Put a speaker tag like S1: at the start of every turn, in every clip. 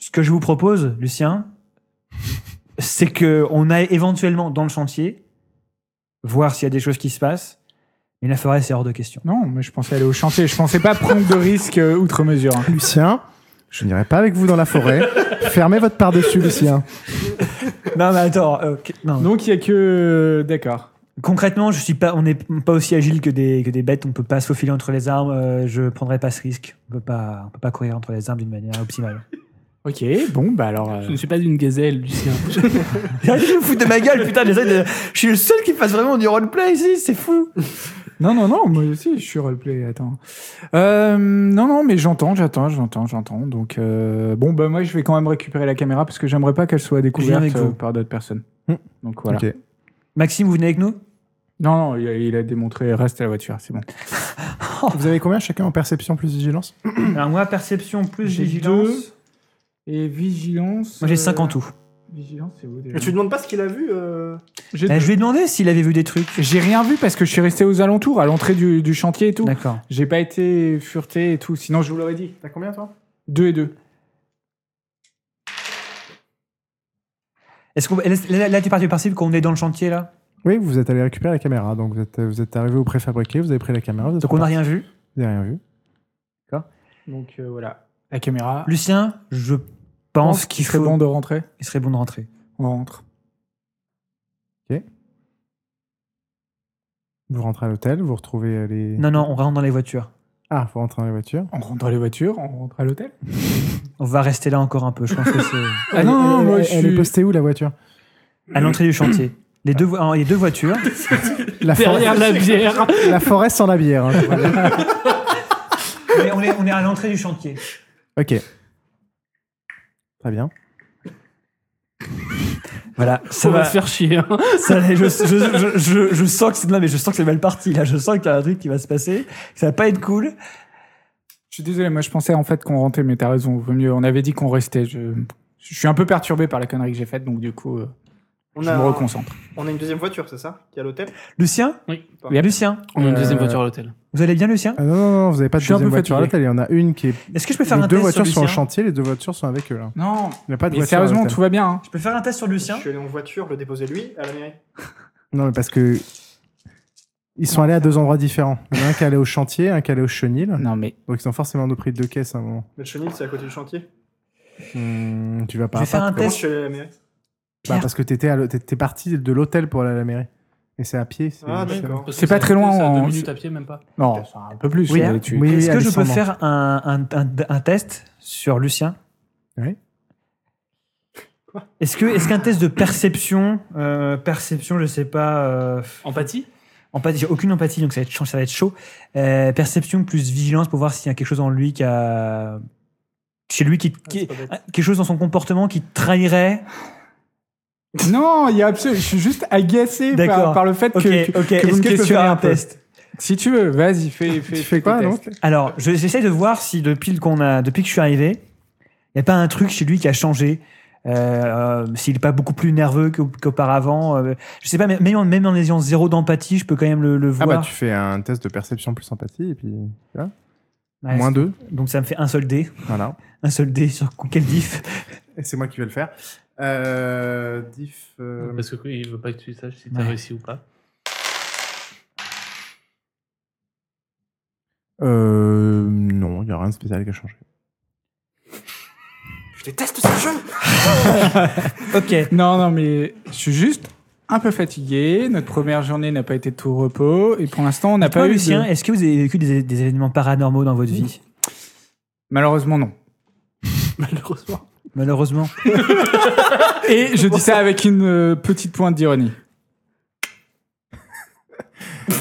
S1: Ce que je vous propose, Lucien, c'est que on a éventuellement dans le chantier voir s'il y a des choses qui se passent. Mais la forêt, c'est hors de question.
S2: Non, mais je pensais aller au chantier. Je pensais pas prendre de risques euh, outre mesure.
S3: Lucien, je n'irai pas avec vous dans la forêt. Fermez votre par-dessus, Lucien.
S1: Non, mais attends. euh, que- non.
S2: Donc il y a que euh, d'accord.
S1: Concrètement, je suis pas, on n'est pas aussi agile que des, que des bêtes. On peut pas se faufiler entre les arbres. euh, je prendrai pas ce risque. On peut pas, on peut pas courir entre les arbres d'une manière optimale.
S2: Ok, bon bah alors. euh,
S4: Je ne suis pas une gazelle, Lucien.
S1: Arrêtez de vous foutre de ma gueule, putain. j'essaie de- Je suis le seul qui fasse vraiment du roleplay ici. C'est fou.
S2: Non non non, moi aussi je suis roleplay. Attends. Euh, non non, mais j'entends, j'attends, j'entends, j'entends. Donc euh, bon bah moi je vais quand même récupérer la caméra parce que j'aimerais pas qu'elle soit découverte
S1: avec vous.
S2: euh, par d'autres personnes.
S3: Hmm.
S2: Donc voilà.
S3: Ok.
S1: Maxime, vous venez avec nous
S2: Non non, il a, il a démontré. Reste à la voiture, c'est bon.
S3: Vous avez combien chacun en perception plus vigilance
S1: Alors moi, perception plus
S2: J'ai
S1: vigilance.
S2: deux. Et vigilance.
S1: Moi j'ai
S2: euh,
S1: 5 en tout.
S2: Vigilance, c'est vous déjà.
S5: Et tu demandes pas ce qu'il a vu euh,
S2: J'ai
S1: Bah,
S2: deux.
S1: je lui ai demandé s'il avait vu des trucs.
S2: J'ai rien vu parce que je suis resté aux alentours, à l'entrée du, du chantier et tout.
S1: D'accord.
S2: J'ai pas été fureté et tout, sinon je vous l'aurais dit.
S3: T'as combien toi
S2: Deux et deux.
S1: Est-ce qu'on là, là, tu pars du principe qu'on est dans le chantier là
S3: Oui, vous êtes allé récupérer la caméra. Donc vous êtes, vous êtes arrivé au préfabriqué, vous avez pris la caméra. Vous êtes
S1: Donc on n'a
S3: reparti.
S1: rien vu.
S3: Vous avez rien vu.
S2: Donc euh, voilà. La caméra.
S1: Lucien, je pense qu'il
S2: serait
S1: faut...
S2: bon de rentrer.
S1: il serait bon de rentrer.
S2: On rentre.
S3: Vous rentrez à l'hôtel, vous retrouvez les.
S1: Non non, on rentre dans les voitures.
S3: Ah, vous rentrez dans les voitures.
S2: On rentre dans les voitures, on rentre à l'hôtel.
S1: On va rester là encore un peu. Je pense que c'est
S2: Ah non, non,
S3: Elle-
S2: non, moi
S3: elle,
S2: je
S3: elle est
S2: suis.
S3: postée où la voiture
S1: à l'entrée du chantier. Les deux, vo- alors, il y a deux voitures.
S3: la
S4: Derrière la
S3: forêt,
S4: bière.
S3: la forêt sans la bière. hein, je vois.
S1: on, est, on est- on est à l'entrée du chantier.
S3: ok. Très bien.
S1: Voilà,
S4: On
S1: ça
S4: va
S1: va.
S4: se faire chier. hein.
S1: ça va, je, je- je- je- je sens que c'est non, mais je sens que c'est mal parti là. Je sens qu'il y a un truc qui va se passer. que Ça va pas être cool.
S2: Je suis désolé, moi je pensais en fait qu'on rentrait, mais t'as raison, vaut mieux. On avait dit qu'on restait. Je... je suis un peu perturbé par la connerie que j'ai faite, donc du coup, euh,
S5: on,
S2: je
S5: a,
S2: me reconcentre.
S5: on a une deuxième voiture, c'est ça Qui est à l'hôtel
S1: Lucien.
S4: Oui.
S1: Lucien,
S4: On a une deuxième
S3: Euh,
S4: voiture à l'hôtel.
S1: vous allez bien, Lucien
S3: Ah non, non, non, vous n'avez pas de
S2: Je suis un
S3: deuxième
S2: peu
S3: voiture à l'hôtel. Il y en a une qui est.
S1: Est-ce que je peux faire
S3: Les
S1: un
S3: deux
S1: test
S3: voitures
S1: sur
S3: sont au
S1: Lucien
S3: chantier, les deux voitures sont avec eux là.
S2: Non,
S3: Il n'y a pas de
S2: mais
S3: voiture. à
S2: sérieusement,
S3: l'hôtel.
S2: tout va bien. hein.
S1: Je peux faire un test sur
S5: Je
S1: Lucien
S5: suis allé en voiture le déposer lui à la mairie.
S3: Non, mais parce que. Ils sont allés à deux endroits différents. Il y en a un qui est allé au chantier, un qui est allé au chenil.
S2: Non, mais
S3: Donc ils ont forcément nos prix de deux caisses à un moment.
S5: Mais le chenil, c'est à côté du chantier.
S3: Hmm, tu vas
S1: Je
S3: pas.
S1: vais faire un
S5: Comment je
S1: test.
S5: suis allé à la mairie
S3: Bah,
S1: Pierre.
S3: parce que t'étais à l'hô- t'étais parti de l'hôtel pour aller à la mairie. Et c'est à pied. c'est-
S5: Ah,
S3: c'est-
S5: d'accord.
S2: C'est pas très loin,
S4: C'est à deux
S2: en-
S4: minutes à pied, même pas.
S2: Non, c'est un peu plus.
S1: Oui,
S2: euh,
S1: hein.
S2: tu-
S3: Oui,
S1: Est-ce que je peux
S3: Alexandre.
S1: faire un, un- un- un test sur Lucien
S3: Oui.
S1: Est-ce que est-ce qu'un test de perception, euh, perception, je sais pas, euh,
S4: Empathie
S1: empathie, j'ai aucune empathie, donc ça va être chaud, ça va être chaud. Euh, perception plus vigilance pour voir s'il y a quelque chose en lui qui a, chez lui qui, qui- quelque chose dans son comportement qui trahirait.
S2: Non, il y a absolu- Je suis juste agacé
S1: D'accord.
S2: par, par le fait que,
S1: Ok,
S2: que-
S1: ok.
S2: que
S1: Est-ce
S2: vous me
S1: que je peux
S2: questionnez
S1: faire un
S2: un peu.
S1: test
S2: Si tu veux, vas-y, fais, fais,
S3: Tu fais quoi,
S2: tes
S3: non
S2: tests.
S1: Alors, je- j'essaie de voir si depuis le- qu'on a, depuis que je suis arrivé, il n'y a pas un truc chez lui qui a changé. Euh, euh, S'il n'est pas beaucoup plus nerveux qu'au- qu'auparavant. euh, je sais pas, mais- même en, même en ayant zéro d'empathie, je peux quand même le, le
S3: Ah
S1: voir.
S3: bah tu fais un test de perception plus empathie et puis tu vois,
S1: Ouais,
S3: moins deux,
S1: Donc ça me fait un seul dé.
S3: voilà.
S1: Un seul dé sur quel diff.
S3: Et c'est moi qui vais le faire. Euh, diff. euh,
S4: Parce qu'il veut pas que tu saches si t'as
S1: Ouais.
S4: réussi ou pas.
S3: euh, non, il n'y a rien de spécial qui a changé.
S5: Je déteste ce jeu
S1: Ok.
S2: Non, non, mais je suis juste un peu fatigué. Notre première journée n'a pas été de tout repos. Et pour l'instant, on n'a pas
S1: Toi,
S2: eu. de-
S1: Lucien, est-ce que vous avez vécu des, des événements paranormaux dans votre vie
S2: Malheureusement, non.
S4: Malheureusement.
S1: Malheureusement.
S2: Et je dis ça avec une euh, petite pointe d'ironie.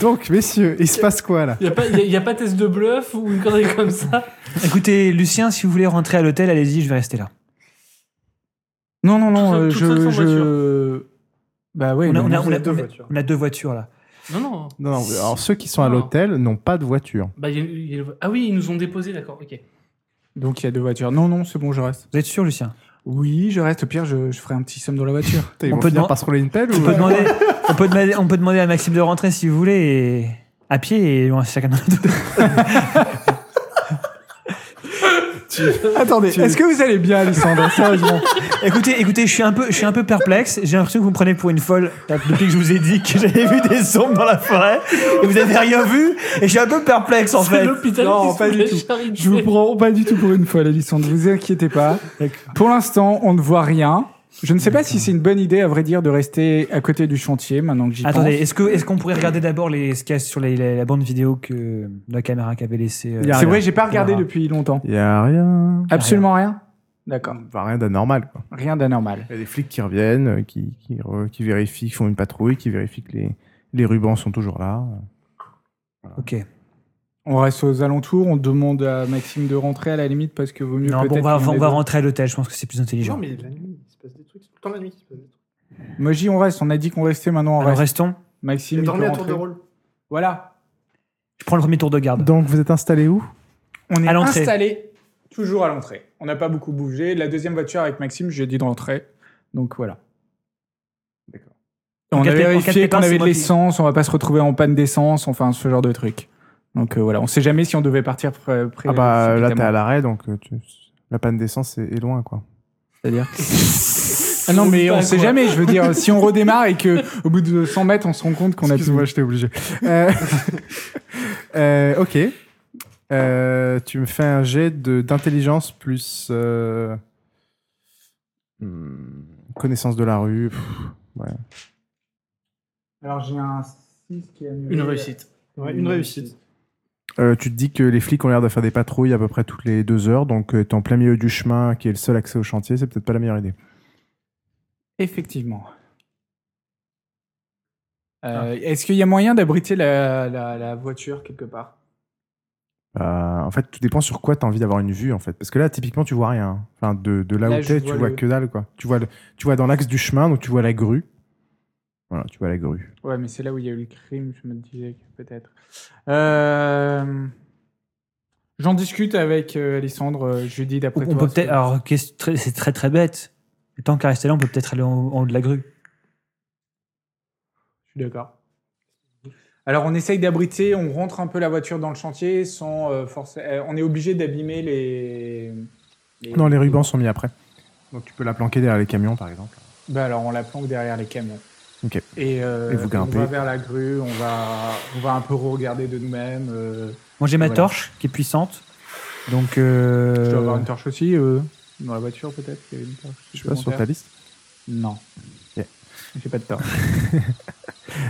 S3: Donc messieurs, il se passe quoi là
S4: Il n'y a, pas test de bluff ou une connerie comme ça
S1: Écoutez, Lucien, si vous voulez rentrer à l'hôtel, allez-y, je vais rester là.
S2: Non, non, non.
S4: Tout seul-
S2: euh,
S4: tout seul
S2: je.
S4: sans
S2: je... Bah ouais,
S1: On a-
S2: mais
S1: on a-
S2: non.
S5: Vous avez deux voitures.
S1: On a deux voitures là.
S4: Non, non.
S3: Non, non, alors ceux qui sont à
S4: Non.
S3: l'hôtel n'ont pas de voiture.
S4: Bah, il y a- il y a- Ah oui, ils nous ont déposé, d'accord, ok.
S2: Donc il y a deux voitures. Non, non, c'est bon, je reste.
S1: Vous êtes sûr, Lucien
S2: Oui, je reste. Au pire, je, je ferai un petit somme dans la voiture.
S3: Putain, ils
S1: On
S3: vont
S1: peut
S3: finir
S1: demand-
S3: par se rouler une pelle ou
S1: On peut, demander, on, peut demander, on peut demander à Maxime de rentrer si vous voulez, et à pied, et on chacun dans notre-
S3: euh,
S2: Attendez, est-ce que vous allez bien, Alessandra Sérieusement
S1: Écoutez, écoutez, je suis un peu, je suis un peu perplexe. J'ai l'impression que vous me prenez pour une folle euh, depuis que je vous ai dit que j'avais vu des ombres dans la forêt et vous avez rien vu. Et je suis un peu perplexe en
S4: C'est
S1: fait.
S4: l'hôpital
S2: non,
S4: qui
S2: pas
S4: se
S2: du
S4: fait
S2: tout.
S4: charité.
S2: Je vous prends pas du tout pour une folle, Alessandra, vous inquiétez pas. Pour l'instant, on ne voit rien. Je ne sais pas si c'est une bonne idée, à vrai dire, de rester à côté du chantier maintenant que j'y pense.
S1: Attendez, est-ce que, est-ce qu'on pourrait regarder d'abord les ce qu'il y a sur les- la, la bande vidéo que de la caméra qu'avait laissée euh,
S3: Il y a
S2: C'est
S3: rien.
S2: vrai, j'ai pas regardé
S1: Ah.
S2: depuis longtemps.
S3: Il y a rien.
S2: Absolument rien. D'accord.
S3: Enfin, rien d'anormal, quoi.
S2: Rien d'anormal.
S3: Il y a des flics qui reviennent, euh, qui, qui, re- qui vérifient, qui font une patrouille, qui vérifient que les, les rubans sont toujours là.
S1: Ok.
S2: On reste aux alentours, on demande à Maxime de rentrer à la limite parce que vaut mieux
S1: Non,
S2: peut-être.
S1: bon, on va,
S2: qu'il y en
S1: on
S2: ait
S1: va
S2: d'autres.
S1: rentrer à l'hôtel. Je pense que c'est plus intelligent.
S5: Non, mais la nuit, il se passe des trucs. C'est tout le temps la nuit qu'il se passe des trucs.
S2: Moji, on reste. On a dit qu'on restait, maintenant on
S1: Alors
S2: reste.
S1: restons.
S2: Maxime,
S5: J'ai
S2: il
S5: dormi
S2: peut
S5: à tour de
S2: rentrer.
S5: rôle.
S2: Voilà.
S1: Je prends le premier tour de
S2: Bah.
S1: garde.
S3: Donc, vous êtes installé où
S2: Euh, On est
S1: À l'entrée.
S2: installé toujours à l'entrée. On n'a pas beaucoup bougé. La deuxième voiture avec Maxime, j'ai dit de rentrer. Donc voilà.
S3: D'accord.
S2: On
S1: En
S2: a
S1: cas de pépin- en cas de
S2: vérifié
S1: pépin,
S2: qu'on avait
S1: c'est
S2: de
S1: moi qui-
S2: l'essence, on va pas se retrouver en panne d'essence, enfin ce genre de truc. Donc euh, voilà, on sait jamais si on devait partir près. près-
S3: Ah bah là, t'es
S2: précipitamment.
S3: à l'arrêt, donc euh, tu- la panne d'essence est, est loin, quoi.
S2: C'est-à-dire Ah non, mais
S4: Pas
S2: on sait
S4: quoi.
S2: jamais. Je veux dire, si on redémarre et que au bout de 100 mètres, on se rend compte qu'on a plus.
S3: Excuse-moi, j'étais obligé. Euh, euh, ok. Euh, tu me fais un jet de- d'intelligence plus euh, hmm, connaissance de la rue. Pff,
S2: Alors j'ai un 6 qui est annulé.
S4: Une réussite.
S5: Ouais, une réussite.
S3: Euh, tu te dis que les flics ont l'air de faire des patrouilles à peu près toutes les deux heures, donc euh, t'es en plein milieu du chemin qui est le seul accès au chantier, c'est peut-être pas la meilleure idée.
S2: Effectivement.
S1: Ah.
S2: Euh, Est-ce qu'il y a moyen d'abriter la, la- la voiture quelque part
S3: Euh, en fait, tout dépend sur quoi t'as envie d'avoir une vue, en fait. Parce que là, typiquement, tu vois rien. hein. Enfin, de, de là,
S2: Là,
S3: où
S2: je
S3: t'es,
S2: vois
S3: tu vois
S2: le-
S3: que dalle, quoi. Tu vois, le- tu vois dans l'axe du chemin, donc tu vois la grue. Voilà, tu vois la grue.
S2: Ouais, mais c'est là où il y a eu le crime, je me disais que peut-être. Euh, J'en discute avec euh, Alessandre, euh, je lui dis
S1: On
S2: d'après
S1: on
S2: toi.
S1: peut
S2: ce-
S1: peut-être. Alors, qu'est-ce- très- c'est très très bête. Mais tant qu'à rester là, on peut peut-être aller en, en haut de la grue.
S2: Je suis d'accord. Alors on essaye d'abriter, on rentre un peu la voiture dans le chantier sans euh, forcer- euh, on est obligé d'abîmer les... les-
S3: Non, les rubans sont mis après. Donc tu peux la planquer derrière les camions, par exemple.
S2: Bah alors on la planque derrière les camions.
S3: Ok.
S2: Et, euh,
S3: Et vous grimpez.
S2: on va vers la grue, on va, on va un peu regarder de nous-mêmes. euh,
S1: Moi, j'ai ma
S2: Voilà.
S1: torche qui est puissante. Donc, euh,
S2: Je dois avoir une torche aussi euh, dans la voiture peut-être. qu'il y avait une torche
S3: Je sais pas, sur ta liste.
S2: Non.
S3: Ok.
S2: J'ai pas de torche.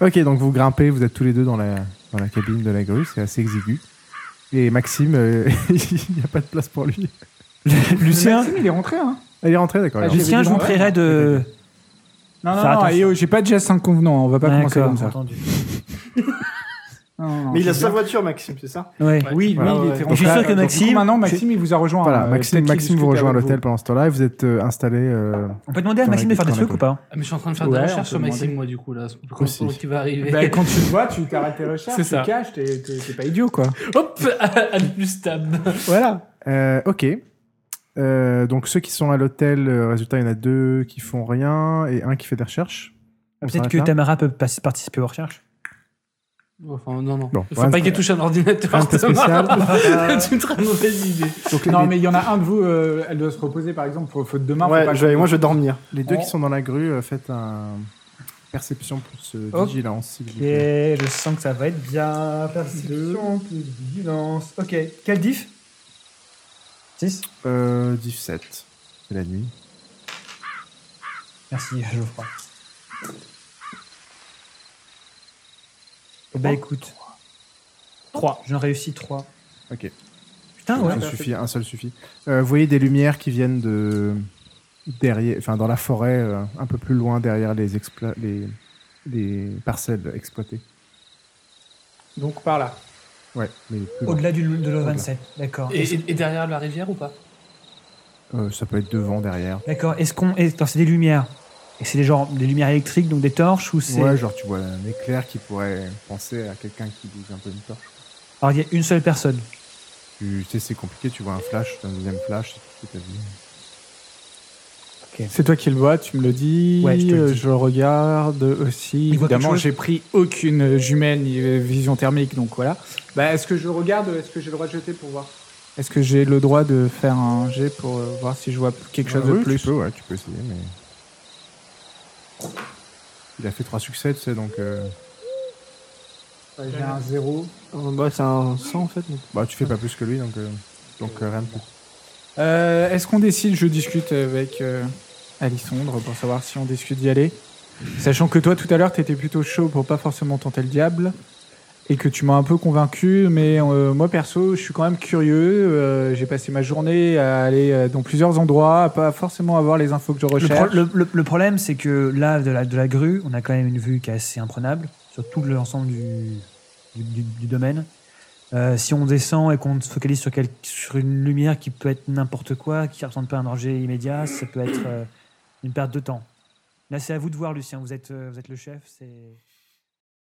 S3: Ok, donc vous grimpez, vous êtes tous les deux dans la, dans la cabine de la grue, c'est assez exigu. Et Maxime, euh, il n'y a pas de place pour lui.
S1: Lucien,
S2: Maxime, il est rentré hein.
S3: Elle est rentrée, d'accord. elle est
S2: Ah, j'ai-
S3: rentrée.
S1: Bah, Lucien, je vous
S2: Ouais.
S1: prierai de.
S2: Non
S1: Faire
S2: non non,
S1: attention.
S2: et, oh, j'ai pas de geste inconvenant, on va pas commencer
S1: D'accord,
S2: comme ça.
S1: entendu.
S2: Non, non, non,
S5: Mais il a
S2: c'est
S5: sa
S2: bien.
S5: voiture, Maxime, c'est ça
S1: Ouais.
S2: Oui,
S5: Voilà,
S2: lui,
S5: ouais.
S2: il était
S5: Je
S2: rentré.
S1: suis sûr que
S2: Donc, du coup,
S1: Maxime-
S2: Maintenant Maxime, il vous a rejoint.
S3: Voilà,
S2: euh,
S3: Maxime,
S2: peut-être qu'il
S3: Maxime vous
S2: discute
S3: rejoint à
S2: avec
S3: l'hôtel
S2: vous.
S3: pendant ce temps-là et vous êtes euh, installé. euh,
S1: On peut demander à
S3: Dans
S1: Maxime
S3: la
S1: de faire des
S3: grue,
S1: trucs ou pas
S4: Ah, mais je suis en train de faire
S2: Ouais,
S4: des
S2: on peut
S4: recherches sur Maxime,
S2: demander.
S4: moi, du coup, là.
S3: Aussi.
S4: Quand qui va arriver.
S2: Bah, quand tu le vois, tu t'arrêtes tes recherches,
S4: C'est
S2: tu
S4: ça.
S2: te caches, t'es- t'es t'es pas idiot quoi.
S4: Hop À plus tab.
S2: Voilà.
S3: Euh, ok. Euh, donc ceux qui sont à l'hôtel, euh, résultat, il y en a deux qui font rien et un qui fait des recherches.
S2: Ah,
S3: On
S1: Peut-être
S3: s'arrête
S1: que
S3: là
S1: Tamara peut pas- participer aux recherches.
S4: Enfin, non, non.
S3: Bon,
S4: Faut
S3: rien
S4: pas
S3: de-
S4: qu'il touche un ordinateur.
S3: rien de très spécial.
S4: Thomas. C'est une très mauvaise idée.
S3: Donc les,
S2: Non,
S3: les-
S2: mais il y en a un de vous, euh, elle doit se reposer par exemple, faut, faut demain. faut
S5: Ouais,
S2: pas
S5: je vais- moi je vais dormir.
S3: les deux
S2: on-
S3: qui sont dans la grue, euh, faites un perception plus euh,
S1: Ok.
S3: vigilance. s'il vous
S1: Ok,
S3: plaît.
S1: je sens que ça va être bien. Perception plus vigilance. Ok, quel diff 6
S3: Euh, 17. C'est la nuit.
S1: Merci, Geoffroy. Eh ben écoute. 3. J'en réussis 3.
S3: Ok.
S1: Putain, Ah ouais.
S3: un, seul suffit, un seul suffit. Euh, vous voyez des lumières qui viennent de derrière, enfin dans la forêt, euh, un peu plus loin derrière les, explo- les, les parcelles exploitées.
S2: Donc par là.
S3: Ouais, mais plus loin.
S1: Au-delà du, de l'O27. D'accord.
S4: Et, et- et derrière la rivière ou pas
S3: Euh, ça peut être devant, derrière.
S1: D'accord. Est-ce qu'on. est- attends, c'est des lumières. Et c'est des, genre, des lumières électriques, donc des torches ou c'est.
S3: Ouais, genre tu vois un éclair qui pourrait penser à quelqu'un qui bouge un peu une torche.
S1: Alors il y a une seule personne.
S3: Tu sais, c'est compliqué, tu vois un flash, un deuxième flash, c'est tout ce que t'as vu.
S2: C'est toi qui le vois, tu me le dis.
S1: Ouais, je te le
S2: euh,
S1: dis.
S2: le regarde aussi.
S1: Il voit quelque
S2: Évidemment,
S1: chose
S2: j'ai pris aucune jumelle ni euh, vision thermique, donc voilà. Bah, est-ce que je le regarde Est-ce que j'ai le droit de jeter pour voir Est-ce que j'ai le droit de faire un jet pour euh, voir si je vois quelque
S5: Bah
S2: chose
S3: Ah oui,
S2: de
S3: Tu
S2: plus
S3: peux, ouais, tu peux essayer, mais. Il a fait trois succès, tu sais, donc. euh,
S2: J'ai un 0.
S5: Euh, bah, c'est un 100 en fait. donc.
S3: Bah, tu fais pas plus que lui, donc. euh, Donc, euh, rien de plus.
S2: Euh, Est-ce qu'on décide Je discute avec euh, Alissandre pour savoir si on discute d'y aller. Sachant que toi, tout à l'heure, t'étais plutôt chaud pour pas forcément tenter le diable et que tu m'as un peu convaincu, mais euh, moi perso, je suis quand même curieux. euh, J'ai passé ma journée à aller euh, dans plusieurs endroits, à pas forcément avoir les infos que je
S1: Le,
S2: recherche.
S1: pro- le- le- le problème, c'est que là, de la, de la grue, on a quand même une vue qui est assez imprenable sur tout l'ensemble du, du, du- du domaine. Euh, si on descend et qu'on se focalise sur, quel- sur une lumière qui peut être n'importe quoi, qui ne représente pas un danger immédiat, ça peut être euh, une perte de temps. Là, c'est à vous de voir, Lucien. Vous êtes, euh, vous êtes le chef. C'est